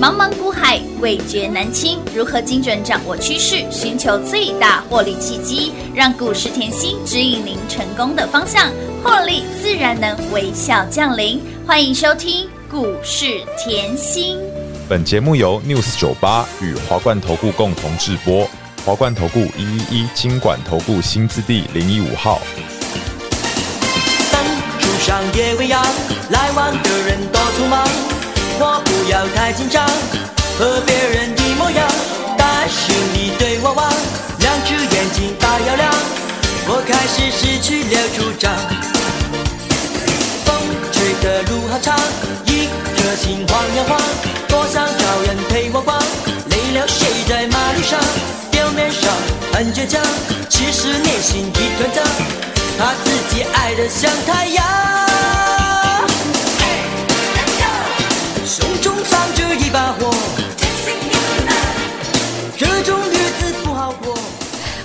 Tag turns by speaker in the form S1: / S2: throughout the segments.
S1: 茫茫股海，味觉难清。如何精准掌握趋势，寻求最大获利契机，让股市甜心指引您成功的方向，获利自然能微笑降临。欢迎收听股市甜心。
S2: 本节目由 News 九八与华冠投顾共同制播，华冠投顾一一一金管投顾新字第零一五号。
S3: 灯树上夜未央，来往的人多匆忙，我不要太紧张，和别人一模样，但是你对我望，两只眼睛大又亮，我开始失去了主张。风吹的路好长，一颗心晃呀晃，多想找人陪我逛，累了睡在马路上，表面上很倔强，其实内心一团脏，把自己爱得像太阳。胸中藏着一把火，这种日子不好过。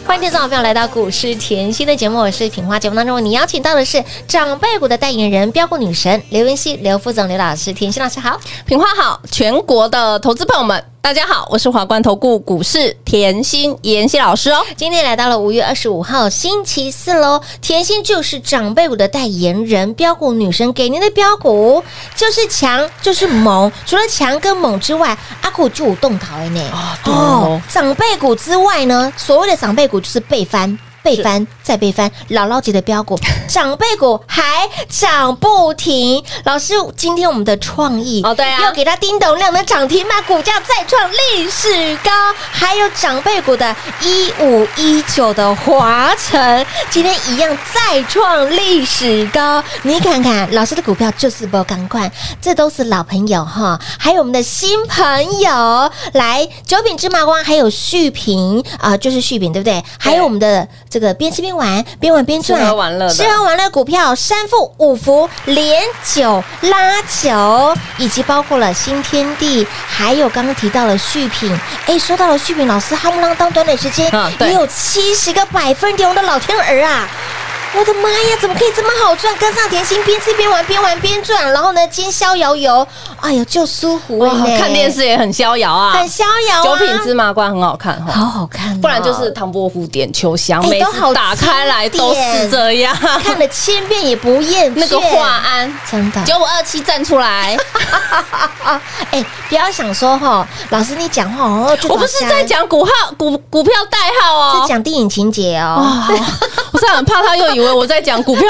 S4: 欢迎听众朋友来到股市甜心的节目，我是品花。节目当中，你邀请到的是长辈股的代言人标股女神刘文熙、刘副总、刘老师。甜心老师好，
S5: 品花好，全国的投资朋友们，大家好，我是华冠投顾股市甜心妍希老师哦。
S4: 今天来到了五月二十五号星期四喽。甜心就是长辈股的代言人标股女神，给您的标股就是强，就是猛。除了强跟猛之外，阿股就有动桃哎呢。
S5: 对哦
S4: 长辈股之外呢，所谓的长辈股就是被翻。被翻再被翻，姥姥级的标股，长辈股还涨不停。老师，今天我们的创意
S5: 哦对啊
S4: 又给它叮咚亮灯涨停嘛，股价再创历史高。还有长辈股的一五一九的华晨，今天一样再创历史高。你看看老师的股票就是不赶快，这都是老朋友哈，还有我们的新朋友来九品芝麻官，还有续品啊、就是续品对不对？还有我们的这个边吃边玩，边玩边赚，
S5: 吃喝玩乐的
S4: 吃喝玩乐股票三富五福连九拉九，以及包括了新天地，还有刚刚提到了续品。哎，说到了续品，老师哈姆浪当短短时间
S5: 啊对
S4: 也有七十个百分点，我的老天儿啊！我的妈呀，怎么可以这么好赚？跟上甜心，边吃边玩，边玩边赚，然后呢，煎逍遥游，哎呦，就舒服了
S5: 哇，
S4: 呢
S5: 看电视也很逍遥啊，
S4: 很逍遥、啊，
S5: 九品芝麻官很好看哈、
S4: 好好看哦、
S5: 不然就是唐伯虎点秋香，
S4: 哎
S5: 每
S4: 都好
S5: 次打开来都是这 样。
S4: 看了千遍也不厌倦。
S5: 那个华安
S4: 真的
S5: 九五二七站出 来，
S4: 啊，哎、不要想说哈，老师你讲话哦，就
S5: 我不是在讲股号股股票代号
S4: 在
S5: 哦。
S4: 讲电影情节哦。
S5: 哇， 我真的很怕他又以为我在讲股票。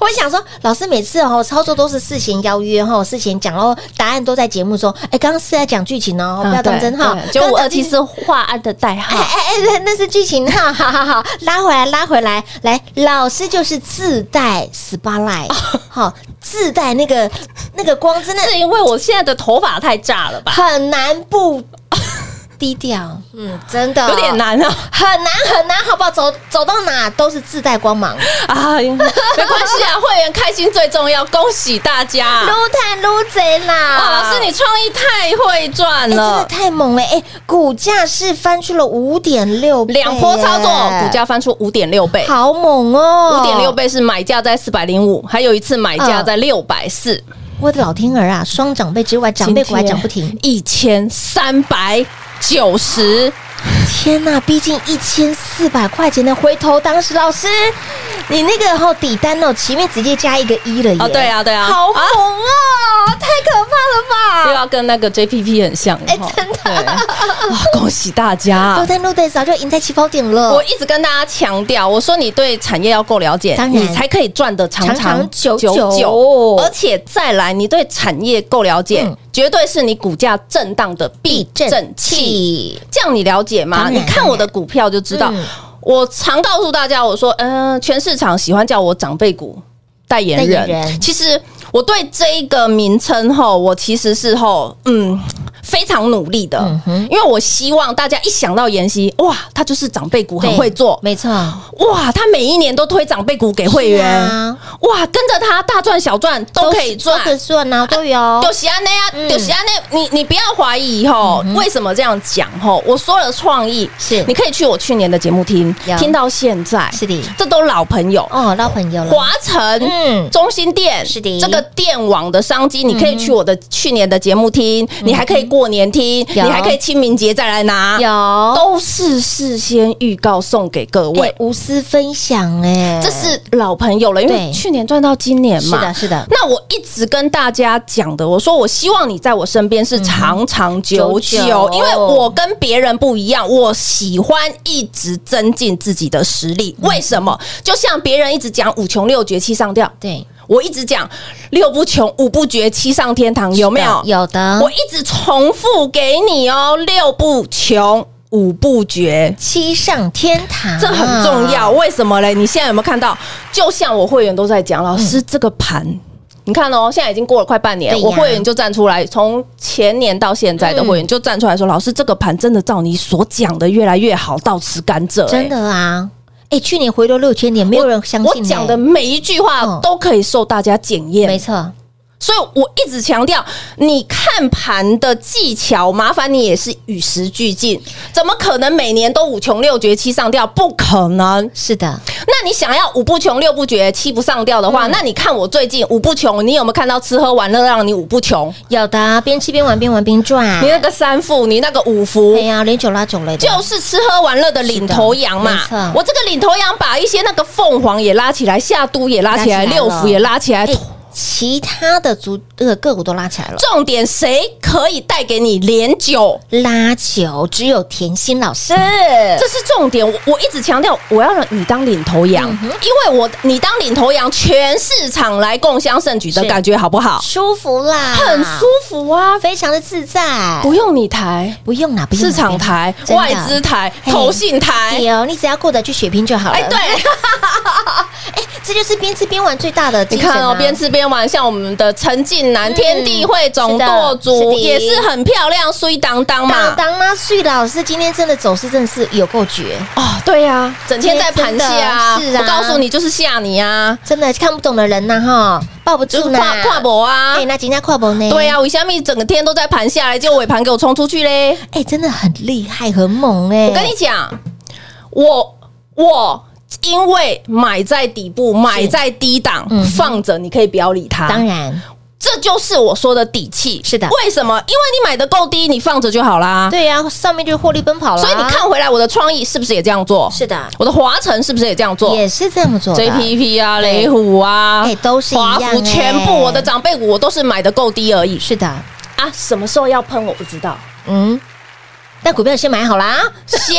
S4: 我想说，老师每次哦操作都是事前邀约哈，事前讲哦，答案都在节目中。哎、刚刚是在讲剧情
S5: 啊
S4: 哦，不要当真哈。
S5: 九五二七
S4: 刚刚
S5: 是华安的代
S4: 哎
S5: 号。
S4: 哎哎，那那是剧情哈， 好好好，拉回来拉回来，来，老师就是自带 spotlight，好、自带那个那个光，真的
S5: 是因为我现在的头发太炸了吧？
S4: 很难不低调，嗯，真的
S5: 有点，难 啊
S4: 很难很难，好不好？走走到哪都是自带光芒，
S5: 啊，没关系啊，会员开心最重要，恭喜大家
S4: 撸
S5: 啊！
S4: 碳撸贼啦！
S5: 老师，你创意太会赚
S4: 哎真的
S5: 了，
S4: 太猛了，哎，股价是翻出了五点六，
S5: 两波操作，股价翻出五点六倍。
S4: 好猛哦，
S5: 五点六，倍是买价在四百零五，还有一次买价
S4: 嗯
S5: 在六百四，
S4: 我的老天儿啊，双长辈之外，长辈股还涨不停，
S5: 一千三百九十。
S4: 天呐，逼近一千四百块钱的回头，当时老师，你那个后、底单哦，前面直接加一个一了耶，
S5: 哦，对，啊，对啊，
S4: 好猛
S5: 啊
S4: 哦，太可怕了吧！
S5: 又要跟那个 JPP 很像，
S4: 哎
S5: 哈
S4: 真的
S5: 对哇恭喜大 家
S4: 高！单路队早就赢在起跑点了，
S5: 啊我一直跟大家强调，我说你对产业要够了解
S4: 当，然
S5: 你才可以赚得长
S4: 长长
S5: 长
S4: 久
S5: 久
S4: 久
S5: 久。而且再来，你对产业够了解
S4: 嗯，
S5: 绝对是你股价震荡的避震器。，这样你了解
S4: 当
S5: 吗？
S4: 然
S5: 你看我的股票就知道
S4: 嗯。
S5: 我常告诉大家，我说，嗯，全市场喜欢叫我长辈股代言
S4: 代言人
S5: 人。其实我对这一个名称吼，我其实是吼，嗯。非常努力的，
S4: 嗯哼
S5: 因为我希望大家一想到妍希，哇，她就是长辈股很
S4: 对
S5: 会做，
S4: 没错，
S5: 哇，她每一年都推长辈股给会员，
S4: 是啊
S5: 哇，跟着她大赚小赚都可以赚
S4: 都，可以赚啊，都有，
S5: 就是安内
S4: 嗯
S5: 啊，就是安内，你你不要怀疑吼，为什么这样讲吼？我说了创意
S4: 是
S5: 你可以去我去年的节目听
S4: 有，
S5: 听到现在，
S4: 是的
S5: 这都老朋友，
S4: 哦，老朋友了，
S5: 华晨。
S4: 嗯，
S5: 中心店
S4: 是的嗯
S5: 这个电网的商机，你可以去我的去年的节目听，你还可以过年听，你
S4: 有
S5: 还可以清明节再来拿，
S4: 有
S5: 都是事先预告送给各位。
S4: 哎，无私分享哎，
S5: 这是老朋友了，因为
S4: 对
S5: 去年赚到今年
S4: 是
S5: 嘛。
S4: 的，是的，
S5: 那我一直跟大家讲的，我说我希望你在我身边是长长久久，
S4: 嗯久久
S5: 因为我跟别人不一样，我喜欢一直增进自己的实力。
S4: 嗯
S5: 为什么？就像别人一直讲五穷六绝七上吊，
S4: 对，
S5: 我一直讲六不穷五不绝七上天堂，有没有？
S4: 有的
S5: 我，一直重复给你哦，六不穷五不绝。
S4: 七上天堂，啊
S5: 这很重要，。为什么嘞？你现在有没有看到？就像我会员都在讲，老师这个盘，你看哦，现在已经过了快半
S4: 嗯
S5: 年
S4: 对，呀
S5: 我会员就站出来，从前年到现在的
S4: 嗯
S5: 会员就站出来说，老师这个盘真的照你所讲的越来越好，倒吃甘蔗，欸
S4: 真的啊！哎，去年回流六千点，没有人相
S5: 我
S4: 信呢
S5: 讲的每一句话
S4: 嗯
S5: 都可以受大家检验，
S4: 没错，
S5: 所以我一直强调，你看盘的技巧，麻烦你也是与时俱进。怎么可能每年都五穷六绝七上吊？不可能。
S4: 是的，
S5: 那你想要五不穷六不绝七不上吊的
S4: 嗯
S5: 话，那你看我最近五不穷，你有没有看到吃喝玩乐让你五不穷？
S4: 有的啊边吃边玩，边玩边赚
S5: 你。那个三富，你那个五福
S4: 对。呀，连九拉九了的，
S5: 就是吃喝玩乐的领头羊嘛
S4: 是的没错，
S5: 我这个领头羊把一些那个凤凰也拉起来，夏都也拉起
S4: 拉
S5: 来，
S4: 起来了
S5: 六福也拉起来，
S4: 哎，其他的族呃个股都拉起来了，
S5: 重点谁可以带给你连九？
S4: 拉九只有甜心老师，
S5: 这是重点。我我一直强调，我要让你当领头羊，
S4: 嗯
S5: 因为我你当领头羊，全市场来共襄盛举的
S4: 是
S5: 感觉好不好？
S4: 舒服啦，
S5: 很舒，服啊，
S4: 非常的自在，
S5: 不用你抬，
S4: 不用啦，不用啦
S5: 市场台、外资，台、
S4: 嘿
S5: 投
S4: 不
S5: 信
S4: 用啦真的
S5: 台
S4: 对。哦，你只要过得去血拼就好了。哎
S5: 哎，对，，
S4: 这就是边吃边玩最大的
S5: 你
S4: 精神啊。
S5: 看哦，边吃边玩，像我们的陈近南、天地会总舵
S4: 嗯是的
S5: 主
S4: 是的
S5: 也是很漂亮，水当当嘛
S4: 当。当妈穗老师今天真的走势真的是有够绝，
S5: 哦，对呀，整天在盘下，
S4: 真的是啊
S5: 我告诉你就是吓你啊，
S4: 真的看不懂的人呐哈，抱不
S5: 就
S4: 住
S5: 是
S4: 呢。
S5: 跨跨博啊
S4: 哎、。那今天跨博呢？
S5: 对呀，啊我下面整个天都在盘下来，结果尾盘给我冲出去嘞。
S4: 哎、真的很厉害，很猛哎、
S5: 我跟你讲，我我因为买在底部，买在低档
S4: 嗯哼，
S5: 放着你可以不要理它。
S4: 当，然
S5: 这就是我说的底气。
S4: 是的
S5: 为什么？因为你买的够低，你放着就好啦。
S4: 对呀、上面就是获利奔跑了。
S5: 所以你看回来，我的创意是不是也这样做？
S4: 是的
S5: 我的华晨是不是也这样做？
S4: 也是这么做的。
S5: JPP 啊，雷虎啊，
S4: 哎都是一样
S5: 华
S4: 哎
S5: 孚全部我的长辈股我都是买的够低而已
S4: 是的，
S5: 啊。什么时候要喷我不知道，
S4: 嗯，但股票先买好啦，
S5: 先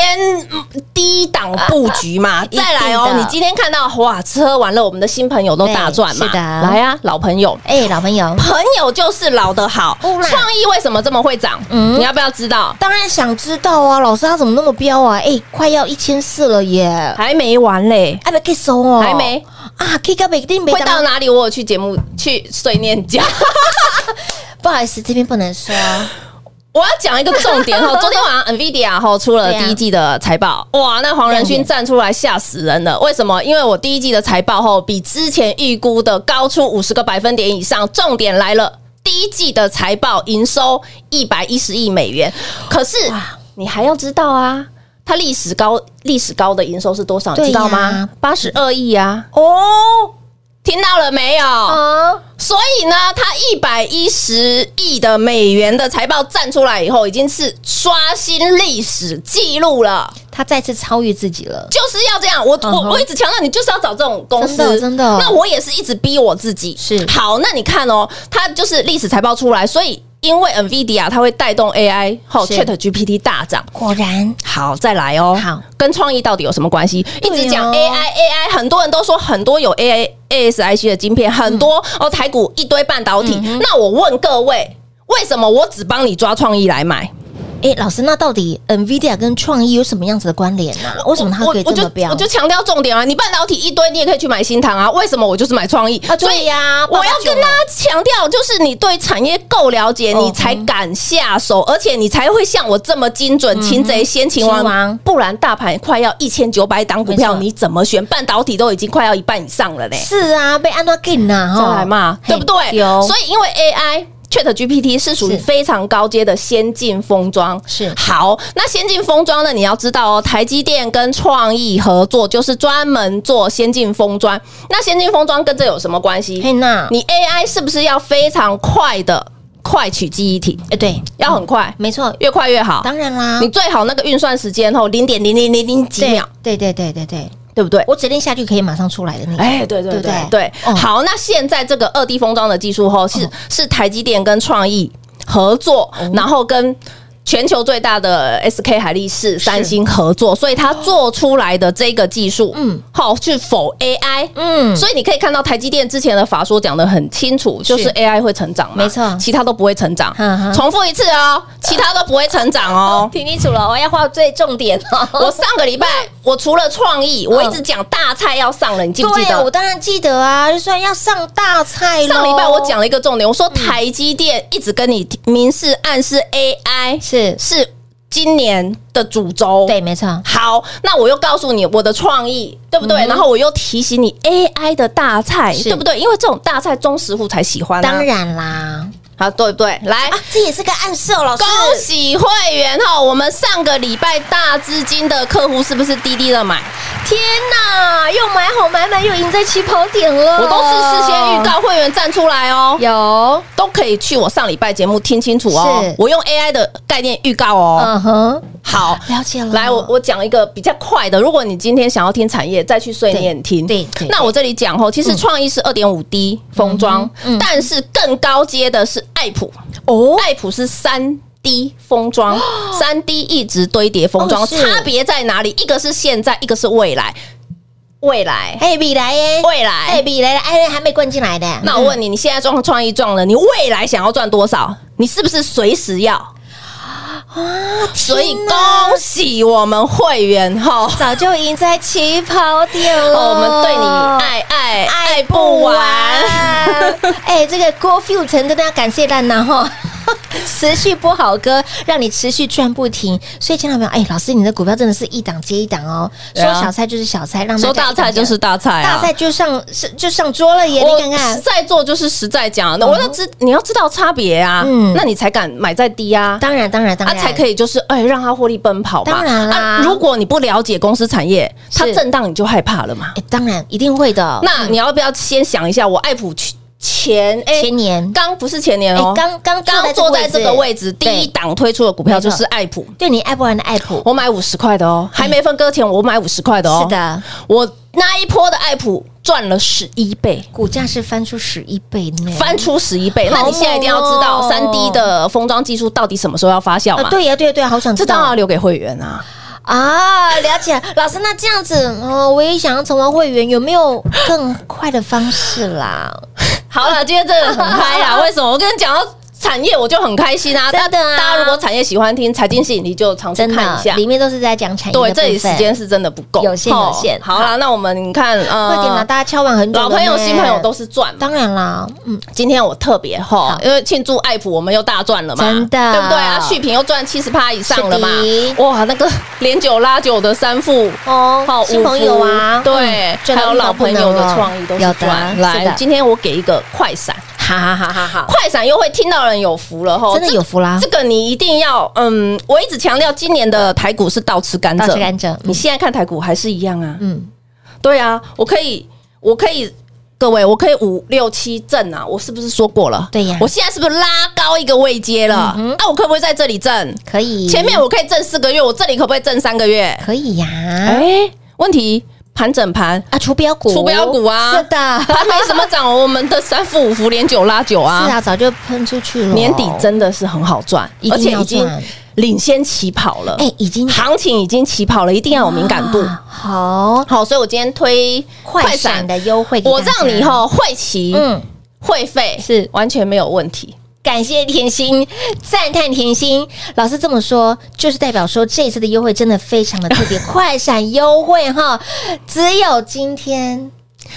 S5: 嗯低档布局嘛，
S4: 一定
S5: 再来哦
S4: 的。
S5: 你今天看到哇，吃喝玩乐，我们的新朋友都大赚嘛，
S4: 对是的
S5: 来啊，老朋友。
S4: 哎、老朋友，
S5: 朋友就是老的好，
S4: 不
S5: 创
S4: 啦
S5: 意为什么这么会涨？
S4: 嗯
S5: 你要不要知道？
S4: 当然想知道啊，老师他怎么那么彪啊？哎、快要一千四了耶！
S5: 还没完嘞，
S4: 哎，没 K 收哦，
S5: 还没
S4: 啊，K 哥没定没
S5: 会到哪里？我有去节目去碎念讲。
S4: 不好意思，这边不能啊说。
S5: 我要讲一个重点 哈，昨天晚上 NVIDIA 哈出了
S4: 对啊
S5: 第一季的财报，哇，那黄仁
S4: 亮
S5: 勋
S4: 眼
S5: 站出来吓死人了。为什么？因为我第一季的财报后比之前预估的高出五十个百分点以上。重点来了，第一季的财报营收一百一十亿美元，可是
S4: 哇
S5: 你还要知道啊，它历史高历史高的营收是多少？
S4: 对
S5: 你知道
S4: 呀
S5: 吗？八十二亿啊！哦，嗯听到了没有？
S4: 哦，
S5: 所以呢，它一百一十亿的美元的财报站出来以后，已经是刷新历史记录了。
S4: 他再次超越自己了，
S5: 就是要这样，我、
S4: 嗯哼
S5: 我我一直强调，你就是要找这种公司，
S4: 真的真的
S5: 那我也是一直逼我自己。
S4: 是
S5: 好，那你看哦，它就是历史财报出来，所以因为 NVIDIA 它会带动 AI 后
S4: 是
S5: Chat GPT 大涨。
S4: 果然
S5: 好，再来哦。
S4: 好，
S5: 跟创意到底有什么关系？
S4: 对
S5: 一
S4: 哦
S5: 直讲 AI AI，很多人都说很多有 AI ASIC 的晶片，很多、
S4: 嗯
S5: 哦，台股一堆半导体。那我问各位，为什么我只帮你抓创意来买？
S4: 哎、老师，那到底 NVIDIA 跟创意有什么样子的关联呢、为什么它
S5: 我
S4: 可以
S5: 我
S4: 这
S5: 就
S4: 么标？
S5: 我就强调重点啊！你半导体一堆，你也可以去买新唐啊。为什么我就是买创意
S4: 啊对呀
S5: 所以我要
S4: 爸爸就
S5: 跟大家强调，就是你对产业够了解，
S4: 哦
S5: 你才敢下手，而且你才会像我这么精准。擒贼先擒
S4: 擒嗯王
S5: 王，不然大盘快要一千九百档股
S4: 没
S5: 票，
S4: 错
S5: 你怎么选？半导体都已经快要一半以上了嘞。
S4: 是啊，被安到 g a n 呐，
S5: 再来嘛，
S4: 嘿
S5: 对不对？
S4: 有，
S5: 所以因为 AI。Chat GPT 是属
S4: 是
S5: 于非常高阶的先进封装，
S4: 是
S5: 好。那先进封装呢？你要知道哦，台积电跟创意合作，就是专门做先进封装。
S4: 啊
S5: 那先进封装跟这有什么关系？
S4: 嘿那
S5: 你 AI 是不是要非常快的快取记忆体，
S4: 哎，对，
S5: 要很快，
S4: 没错，
S5: 越快越好。
S4: 当然啦
S5: 你，最好那个运算时间后零点零零零零几秒，
S4: 对对对对对，
S5: 对不对？
S4: 我指令下去可以马上出来的那种。
S5: 哎，对对
S4: 对
S5: 对
S4: 不对
S5: 对，
S4: 哦
S5: 好，那现在这个二 D 封装的技术后是、是台积电跟创意合作，然后跟。全球最大的 SK 海力士、三星合作，所以它做出来的这个技术，嗯
S4: 嗯，
S5: 好去否 AI，
S4: 嗯，
S5: 所以你可以看到台积电之前的法说讲得很清楚，就是 AI 会成长嘛，
S4: 没错
S5: 其他都不会成长
S4: 嗯。哼
S5: 重复一次哦，其他都不会成长哦。
S4: 听清楚了，我要画最重点
S5: 我
S4: 哦。
S5: 上个礼拜，我除了创意，我一直讲大菜要上了，你记不记
S4: 嗯对，我
S5: 得？
S4: 当然记得啊，就算要上大菜咯
S5: 上礼拜我讲了一个重点，我说台积电一直跟你明示暗示 AI
S4: 是，
S5: 是今年的主轴，
S4: 对，没错，
S5: 好，那我又告诉你我的创意，对不对？然后我又提醒你 AI 的大菜，
S4: 嗯是
S5: 对不对？因为这种大菜中实户才喜欢、啊，
S4: 当然啦，
S5: 好，对不对？来。
S4: 啊，这也是个暗示哦，老师
S5: 恭。喜会员哈！我们上个礼拜大资金的客户是不是滴滴的买？
S4: 天哪，又买好买满，又赢在起跑点了。
S5: 我都是事先预告会员站出来哦，
S4: 有，
S5: 都可以去我上礼拜节目听清楚哦
S4: 是。
S5: 我用 AI 的概念预告哦。
S4: 嗯哼，
S5: 好，
S4: 了解了。
S5: 来，我我讲一个比较快的。如果你今天想要听产业，再去碎念听。
S4: 对对对嗯
S5: 那我这里讲哦，其实创意是二点五 D 封装，但是更高阶的是爱普哦，爱普是三。D 封装，三 D 一直堆叠封装，
S4: 哦是
S5: 差别在哪里？一个是现在，一个是未来。未来，
S4: 哎，米莱耶，
S5: 未来
S4: 哎，嗯米莱耶，哎，还没灌进来的。
S5: 那我问你，你现在赚创意赚了，你未来想要赚多少？你是不是随时要？
S4: 啊
S5: 所以恭喜我们会员哈！
S4: 早就赢在起跑点了。
S5: 哦，我们对你爱爱爱不完，。
S4: 哎，这个郭富城真的要感谢蛋呐哈。 持续播好歌，让你持续赚不停。所以，亲爱的朋友，哎、老师，你的股票真的是一档接一档哦。说
S5: 对啊
S4: 小菜就是小菜，让
S5: 说
S4: 大家
S5: 大菜就是大菜啊，
S4: 大
S5: 哦
S4: 菜就上是就上桌了耶！
S5: 我
S4: 你看
S5: 实
S4: 看，
S5: 在做就是实在讲，啊那我要知你要知道差别啊，
S4: 嗯
S5: 那你才敢买在低啊。
S4: 当然当然当
S5: 啊，
S4: 然，
S5: 才可以就是哎，让它获利奔跑嘛。
S4: 当然啦
S5: 啊如果你不了解公司产业，它
S4: 是嗯
S5: 震荡你就害怕了嘛。
S4: 哎、当然一定会的。哦
S5: 那你要不要先想一下，我爱普去前哎
S4: 前年
S5: 刚不是前年哦
S4: 哎，刚刚坐
S5: 刚
S4: 在
S5: 坐在这个位置，第
S4: 对
S5: 一档推出的股票就是
S4: 没错
S5: 爱普，
S4: 对你爱不完的爱普，
S5: 我买五十块的哦，还没分割前我买五十块的哦。
S4: 是，的，
S5: 我那一波的爱普赚了十一倍。
S4: 股价是翻出十一倍呢，
S5: 翻出十一倍，那
S4: 好
S5: 你现在一定要知道
S4: 猛哦
S5: 三 D 的封装技术到底什么时候要发酵
S4: 啊！
S5: 嘛？
S4: 对呀对呀对呀，好想
S5: 这
S4: 知
S5: 当然要
S4: 道
S5: 留给会员啊。
S4: 啊！了解，老师，那这样子，哦，我也想要成为会员，有没有更快的方式 啦？
S5: 好了，今天真的很嗨啦！为什么？我跟你讲到产业，我就很开心啊！
S4: 真的
S5: 大
S4: 啊
S5: 大家如果产业喜欢听财经吸引力，就常去
S4: 真
S5: 看一
S4: 的啊
S5: 下，。
S4: 里面都是在讲产业
S5: 对，
S4: 的
S5: 这里
S4: 部分
S5: 时间是真的不够，
S4: 有限
S5: 吼
S4: 有限
S5: 好啦，那我们你看，呃
S4: 快点啦，大家敲完很久了
S5: 老
S4: 呢，
S5: 朋友、新朋友都是赚嘛。
S4: 当然啦，嗯，
S5: 今天我特别哈
S4: 好，
S5: 因为庆祝爱普，我们又大赚了嘛，
S4: 真的
S5: 对不对啊？续品又赚七十趴以上了嘛
S4: 是，的
S5: 哇，那个连九拉九的三副。
S4: 哦，新朋友啊，
S5: 对
S4: 嗯，赚
S5: 还
S4: 到
S5: 有
S4: 欲罢
S5: 老
S4: 不
S5: 朋友
S4: 能
S5: 的
S4: 了
S5: 创意都
S4: 有
S5: 是
S4: 啊的
S5: 赚。，
S4: 是
S5: 来，
S4: 的
S5: 今天我给一个快闪，
S4: 好好好好好，
S5: 快闪优惠，听到人有福了吼，
S4: 真的有啊福啦
S5: 哦这个你一定要，嗯，我一直强调，今年的台股是倒吃甘蔗，
S4: 倒吃甘蔗嗯
S5: 你现在看台股还是一样啊，
S4: 嗯，
S5: 对啊，我可以，我可以，各位，我可以五六七正啊，我是不是说过了？
S4: 对呀嗯
S5: 我现在是不是拉高一个位阶了？那啊，我可不可以在这里正？
S4: 可以，
S5: 前面我可以正四个月，我这里可不可以正三个月？
S4: 可以呀，
S5: 哎，问题盘整盘。
S4: 啊，除标股，
S5: 出标股啊
S4: 是的，
S5: 还没什么涨，我们的三负五福连九拉九啊！
S4: 是啊，早就喷出去了，
S5: 年底，真的是很好赚，
S4: 一
S5: 而且
S4: 定要
S5: 已经
S4: 赚
S5: 领先起跑了。
S4: 哎，已经
S5: 行情已经起跑了，一定要有敏感度。
S4: 啊好，
S5: 好，所以我今天推
S4: 快闪的优惠给
S5: 我
S4: 大家
S5: 让你哈会期、
S4: 嗯，
S5: 会费
S4: 是
S5: 完全没有问题。
S4: 感谢甜心，赞叹甜心老师这么说，就是代表说这次的优惠真的非常的特别， 快闪优惠哈，只有今天。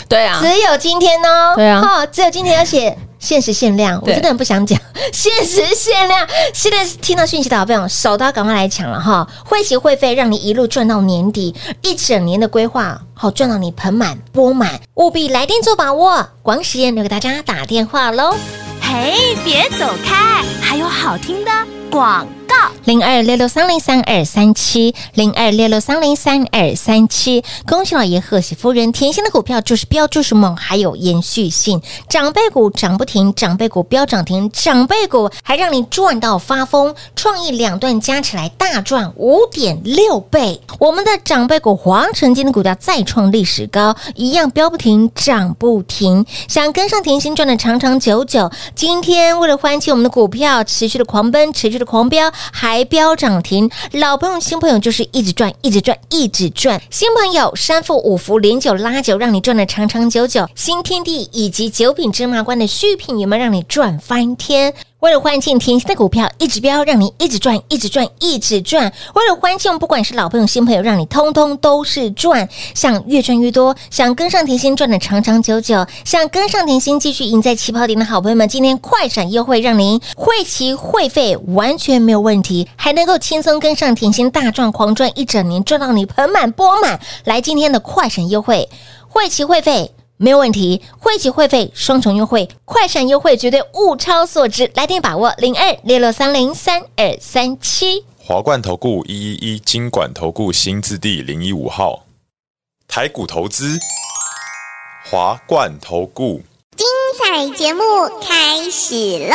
S5: 对啊，
S4: 只有今天哦，
S5: 对啊
S4: 哦，只有今天，而且限时限量，我
S5: 对
S4: 真的很不想讲 限时限量。现在听到讯息的好朋友，手都要赶快来抢了哈！会期会费让你一路赚到年底，一整年的规划好赚到你盆满钵满，务必来电做把握。广时间留给大家打电话喽。
S1: 嘿，别走开，还有好听的广告。
S4: 零二六六三零三二三七零二六六三零三二三七。恭喜老爷，贺喜夫人，甜心的股票就是标就是猛，还有延续性，长辈股涨不停，长辈股飙涨停，长辈股还让你赚到发疯。创意两段加起来大赚五点六倍，我们的长辈股黄晨今天股价再创历史高，一样飙不停，涨不停。想跟上甜心赚的长长久久，今天为了欢庆我们的股票持续的狂奔，持续的狂飙，还飙涨停。老朋友、新朋友就是一直赚，一直赚，一直赚。新朋友三富五福连九拉九，让你赚的长长久久。新天地以及九品芝麻官的续品有没有让你赚翻天？为了欢庆甜心的股票一直飙，让你一直赚，一直赚，一直赚。为了欢庆，不管是老朋友、新朋友，让你通通都是赚。想越赚越多，想跟上甜心赚的长长久久，想跟上甜心继续赢在起跑点的好朋友们，今天快闪优惠，让您会期会费完全没有问题，还能够轻松跟上甜心大赚狂赚一整年，赚到你盆满钵满。来，今天的快闪优惠，会期会费。没有问题，汇集会费双重优惠，快闪优惠绝对物超所值，来电把握零二六六三零三二三七。
S2: 华冠投顾一一一金管投顾新字第零一五号，台股投资，华冠投顾。
S6: 彩节目开始喽！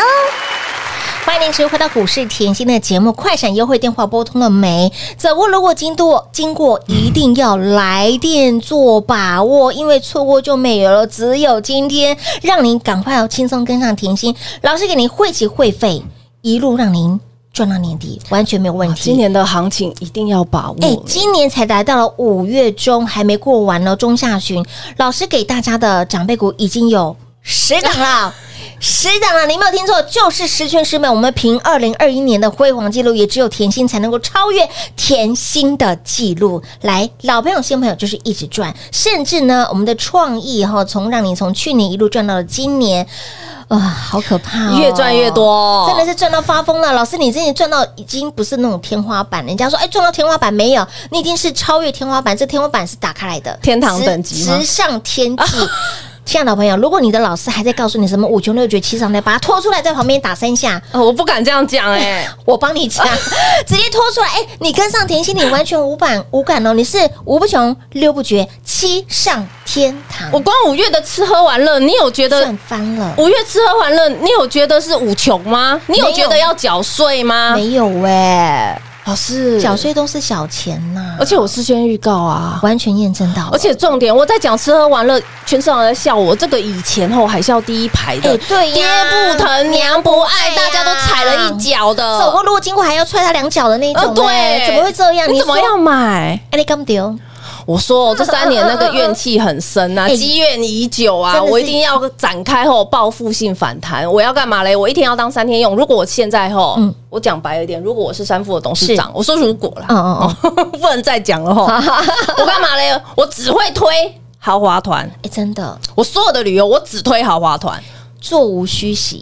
S4: 欢迎您持续回到股市甜心的节目，快闪优惠电话拨通了没？走过如果经过经过，一定要来电做把握，因为错过就没有了。只有今天，让您赶快要轻松跟上甜心老师给您汇集会费，一路让您赚到年底，完全没有问题。
S5: 今年的行情一定要把握。
S4: 哎、今年才来到了五月中，还没过完呢，中下旬。老师给大家的长辈股已经有十档 了。十档了，你没有听错，就是十全十美。我们凭二零二一年的辉煌记录，也只有甜心才能够超越甜心的记录。来，老朋友、新朋友就是一直赚，甚至呢，我们的创意哈，从让你从去年一路赚到了今年，啊、好可怕、哦，
S5: 越赚越多，
S4: 真的是赚到发疯了。老师，你之前赚到已经不是那种天花板，人家说哎赚到天花板没有，你已经是超越天花板，这天花板是打开来的
S5: 天堂等级
S4: 直
S5: 吗
S4: 直上天际。亲爱的朋友，如果你的老师还在告诉你什么五穷六绝七上吊，把他拖出来，在旁边打三下，
S5: 哦我不敢这样 讲哎、
S4: 我帮你 讲，直接拖出来。哎、你跟上甜心，你完全无感无感哦，你是五不穷六不绝七上天堂，
S5: 我光五月的吃喝玩乐，你有觉得
S4: 赚翻了。
S5: 五月吃喝玩乐，你有觉得是五穷吗？你有觉得要缴税吗？
S4: 没有喂、
S5: 老师
S4: 缴，税都是小钱呐、
S5: 而且我事先预告啊。
S4: 完全验证到了，
S5: 而且重点，我在讲吃喝玩乐，全市场在笑我这个以前后海啸第一排的，
S4: 哎对呀
S5: 爹不疼娘不爱，
S4: 哎呀
S5: 大家都踩了一脚的，
S4: 走过路过经过还要踹他两脚的那种、哎
S5: 嗯哦对，
S4: 怎么会这样？
S5: 你怎么
S4: 说？
S5: 要买？
S4: 哎，你刚丢，
S5: 我说哦这三年那个怨气很深啊，
S4: 哎
S5: 积怨已久
S4: 真
S5: 啊，
S4: 的是
S5: 我一定要展开后报复性反弹。我要干嘛嘞？我一天要当三天用。如果我现在后
S4: 嗯，
S5: 我讲白了一点，如果我是三副的董事长，我说如果啦，
S4: 嗯嗯
S5: 不能再讲 了吼。我干嘛嘞？我只会推豪华团，
S4: 哎，真的
S5: 我所有的旅游我只推豪华团。
S4: 座无虚席，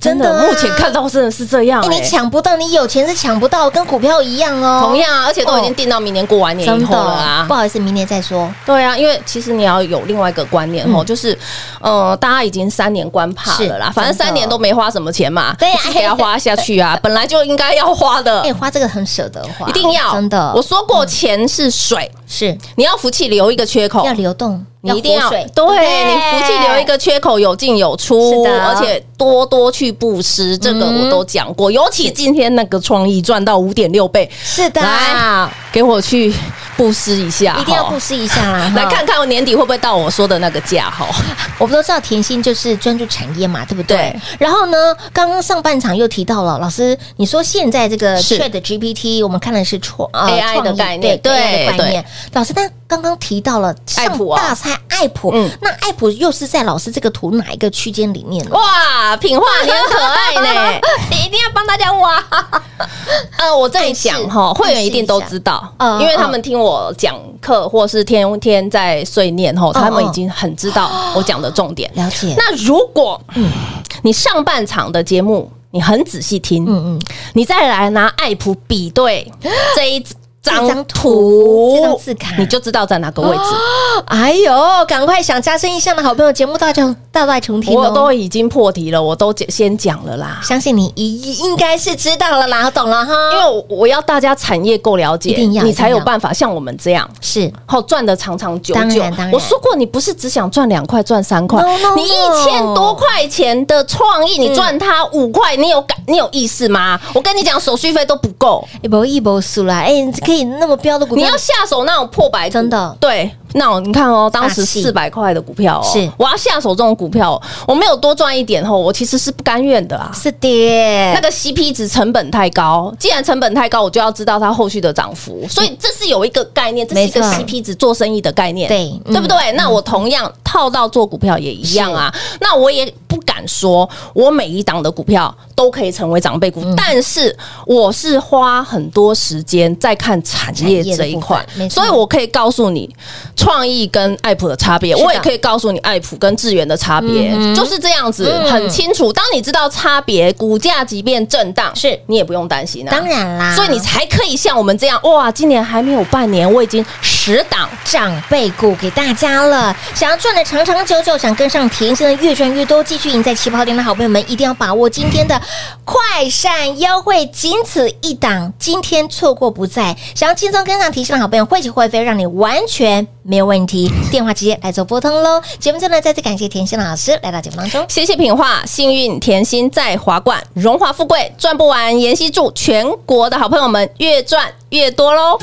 S5: 真的，
S4: 啊
S5: 目前看到真的是这样、
S4: 哎、
S5: 欸
S4: 你。抢不到，你有钱是抢不到，跟股票一样哦。
S5: 同样啊，而且都
S4: 哦
S5: 已经定到明年过完年以
S4: 真
S5: 后
S4: 的
S5: 了啊
S4: 不。好意思，明年再说。
S5: 对啊，因为其实你要有另外一个观念哦，就是，呃，大家已经三年关怕了啦，
S4: 嗯是
S5: 反正
S4: 真的
S5: 三年都没花什么钱嘛，
S4: 对啊
S5: 自己给它花下去 啊，本来就应该要花的
S4: 哎、，花这个很舍得花，
S5: 嗯一定要
S4: 真的。
S5: 我说过，钱是水，
S4: 是
S5: 你要福气留一个缺口
S4: 要。流动，
S5: 哦你一定要
S4: 活水
S5: 对
S4: 不
S5: 你福气留一个缺口，有进有出，
S4: 是的嗯
S5: 而且多多去布施，这个我都讲过。尤其今天那个创意赚到五点六倍，
S4: 是的，
S5: 来给我去布施一下，
S4: 一定要
S5: 哦。
S4: 布施一下啦
S5: 来
S4: 哈
S5: 看看我年底会不会到我说的那个价哈？
S4: 我们都知道甜心就是专注产业嘛，对不对？
S5: 对
S4: 然后呢，刚刚上半场又提到了，老师你说现在这个
S5: 是
S4: Chat GPT，我们看的是创、呃
S5: AI
S4: 创意
S5: 的概念
S4: 对啊 AI
S5: 对
S4: 的概念。老师，但刚刚提到了
S5: 爱普哦
S4: 上大菜爱普，
S5: 嗯
S4: 那爱普又是在老师这个图哪一个区间里 面呢？
S5: 哇，品化你很可爱 呢。
S4: 你一定要帮大家挖，
S5: 呃，我这里讲哈，
S4: 暗示
S5: 会员一定都知道
S4: 暗示一，下
S5: 因为他们听我讲课或是天
S4: 嗯
S5: 天在碎念吼，他们已经很知道我讲的重点。
S4: 了解。
S5: 那如果
S4: 嗯
S5: 你上半场的节目你很仔细听，
S4: 嗯嗯，
S5: 你再来拿爱普比对这一
S4: 这张
S5: 张
S4: 图
S5: 图、
S4: 这张字卡
S5: 你就知道在哪个位置。
S4: 哎呦，赶快想加深印象的好朋友，节目大重大外重听
S5: 我都
S4: 哦。
S5: 已经破题了，我都解先讲了啦。
S4: 相信你一应该是知道了啦，懂了哈。
S5: 因为我我要大家产业够了
S4: 嗯
S5: 解，
S4: 一定要
S5: 你才
S4: 一定
S5: 有
S4: 要
S5: 办法像我们这样。
S4: 是
S5: 好赚的长长久
S4: 当
S5: 久
S4: 然当然，
S5: 我说过你不是只想赚两块赚三块
S4: No, no, no，
S5: 你一千多块钱的创意，
S4: 嗯
S5: 你赚它五块，你有感你有意思吗？我跟你讲，手续费都不够，
S4: 一波哎一波输啦，哎，你可以那么标的股
S5: 你
S4: 票，
S5: 要下手那种破百股，
S4: 真的
S5: 对。那种你看哦，当时
S4: 大气
S5: 四百块的股票哦，
S4: 是
S5: 我要下手这种股票哦，我没有多赚一点哦，我其实是不甘愿的啊。
S4: 是的，
S5: 那个 CP 值成本太高，既然成本太高，我就要知道它后续的涨幅，所以这是有一个概念，这是一个
S4: 没错
S5: CP 值做生意的概念，
S4: 对嗯
S5: 对不对？那我同样套到做股票也一样啊，那我也不敢说我每一档的股票都可以成为长辈
S4: 嗯
S5: 股，但是我是花很多时间在看产业这
S4: 产业的
S5: 一块
S4: 部分没，错
S5: 所以我可以告诉你创意跟爱普的差别，
S4: 的嗯
S5: 我也可以告诉你爱普跟智源的差别，就是这样子，很清楚。当你知道差别，股价即便震荡，是你也不用担心啊。
S4: 当然啦，
S5: 所以你才可以像我们这样，哇！今年还没有半年，我已经十档
S4: 长辈股给大家了。想要赚的长长久久，想跟上甜心的越赚越多，继续赢在起跑点的好朋友们，一定要把握今天的快闪优惠，仅此一档，今天错过不再。想要轻松跟上甜心的好朋友，会起会飞，让你完全没有问题。电话直接来做拨通喽。节目最后呢，再次感谢甜心老师来到节目当中。
S5: 谢谢品画，幸运甜心在华冠，荣华富贵赚不完。妍希祝全国的好朋友们越赚越多喽！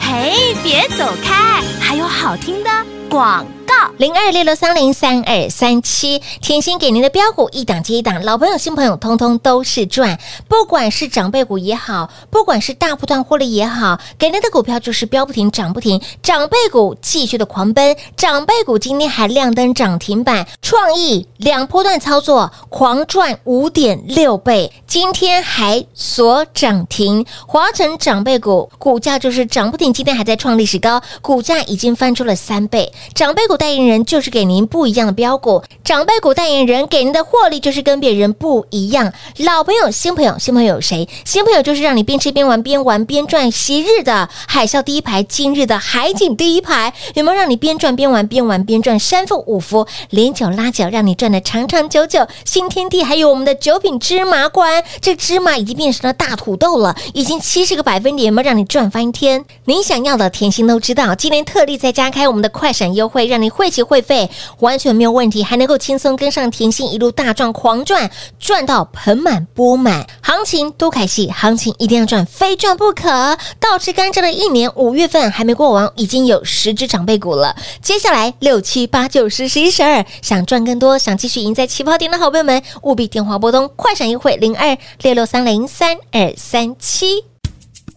S1: 嘿，别走开，还有好听的广告。
S4: 零二六六三零三二三七，甜心给您的标股一档接一档，老朋友新朋友通通都是赚。不管是长辈股也好，不管是大波段获利也好，给您的股票就是标不停，涨不停。长辈股继续的狂奔，长辈股今天还亮灯涨停板，创意两波段操作狂赚五点六倍，今天还锁涨停。华晨长辈股股价就是涨不停，今天还在创历史高，股价已经翻出了三倍。长辈股代言人就是给您不一样的标股，长辈股代言人给您的获利就是跟别人不一样。老朋友、新朋友、新朋友有谁？新朋友就是让你边吃边玩，边玩边赚。昔日的海啸第一排，今日的海景第一排，有没有让你边赚边玩，边玩边赚？三富五福，连九拉九，让你赚的长长久久。新天地，还有我们的九品芝麻官，这芝麻已经变成了大土豆了，已经七十个百分点，有没有让你赚翻天？您想要的甜心都知道，今天特例再加开我们的快闪优惠，让你汇齐会费完全没有问题，还能够轻松跟上甜心一路大赚狂赚，赚到盆满钵满。行情多凯戏，行情一定要赚，非赚不可。倒吃甘蔗的一年，五月份还没过完，已经有十只长辈股了。接下来六七八九十十一十二，想赚更多，想继续赢在起跑点的好朋友们，务必电话拨通快闪优惠零二六六三零三二三七。